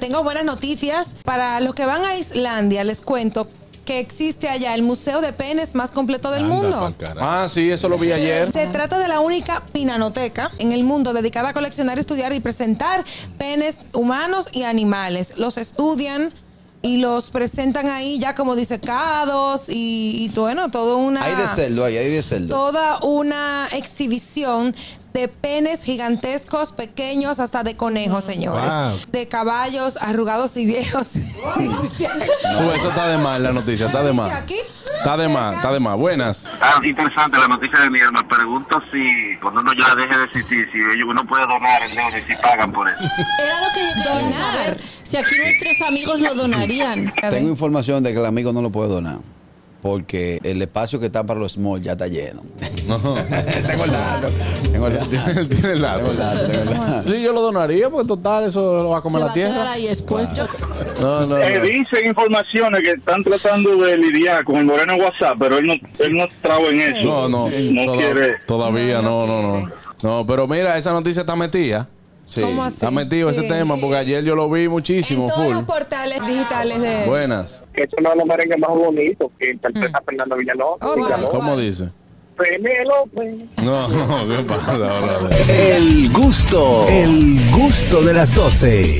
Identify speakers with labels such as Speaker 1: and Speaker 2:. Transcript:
Speaker 1: Tengo buenas noticias. Para los que van a Islandia, les cuento que existe allá el museo de penes más completo del mundo.
Speaker 2: Ah, sí, eso lo vi ayer.
Speaker 1: Se trata de la única pinanoteca en el mundo dedicada a coleccionar, estudiar y presentar penes humanos y animales. Los estudian y los presentan ahí ya como disecados y, y bueno, todo una...
Speaker 3: Hay de celdo, hay, hay de celdo.
Speaker 1: toda una exhibición de penes gigantescos, pequeños, hasta de conejos, señores.
Speaker 2: Wow.
Speaker 1: De caballos arrugados y viejos. Dice aquí.
Speaker 2: Tú, eso está de mal, la noticia, está de
Speaker 1: Dice
Speaker 2: mal.
Speaker 1: aquí.
Speaker 2: Está de mal, está de mal. Buenas.
Speaker 4: Ah, interesante la noticia de mi hermano. Pregunto si cuando uno ya deje de existir, si ellos uno puede donar el negocio y si pagan por eso.
Speaker 5: Eh,
Speaker 6: Era lo que yo quería
Speaker 1: Donar.
Speaker 6: saber. Si aquí nuestros amigos lo donarían.
Speaker 1: A ver.
Speaker 3: Tengo información de que el amigo no lo puede donar. Porque el espacio que está para los small ya está lleno. tengo el dato. Tengo el dato.
Speaker 2: Tiene- tiene el dato.
Speaker 3: Tengo el dato, tengo el dato.
Speaker 2: Sí, yo lo donaría, porque total, eso lo va a
Speaker 6: Se
Speaker 2: comer
Speaker 6: va
Speaker 2: la
Speaker 6: a quedar
Speaker 2: tierra.
Speaker 6: ahí expuesto.
Speaker 2: No, no, no.
Speaker 5: Eh, dice informaciones que están tratando de lidiar con el moreno WhatsApp, pero él no, él no traba en eso.
Speaker 2: No, no.
Speaker 5: No
Speaker 2: toda-
Speaker 5: quiere.
Speaker 2: Todavía no,
Speaker 1: No, no
Speaker 2: no, no.
Speaker 1: quiere.
Speaker 2: No, pero mira, esa noticia está metida. Sí,
Speaker 1: ¿Cómo así?
Speaker 2: está metido ese
Speaker 1: Sí.
Speaker 2: tema, porque ayer yo lo vi
Speaker 1: En
Speaker 2: muchísimo,
Speaker 1: todos los
Speaker 2: full.
Speaker 1: portales digitales de...
Speaker 2: Buenas.
Speaker 7: que es uno de los merengues más bonitos que interpreta Fernando Villalobos.
Speaker 1: Oh, wow.
Speaker 2: ¿Cómo dice?
Speaker 7: Penélope.
Speaker 2: No, no, ¿qué pasa, brother?
Speaker 8: El gusto, el gusto de las doce.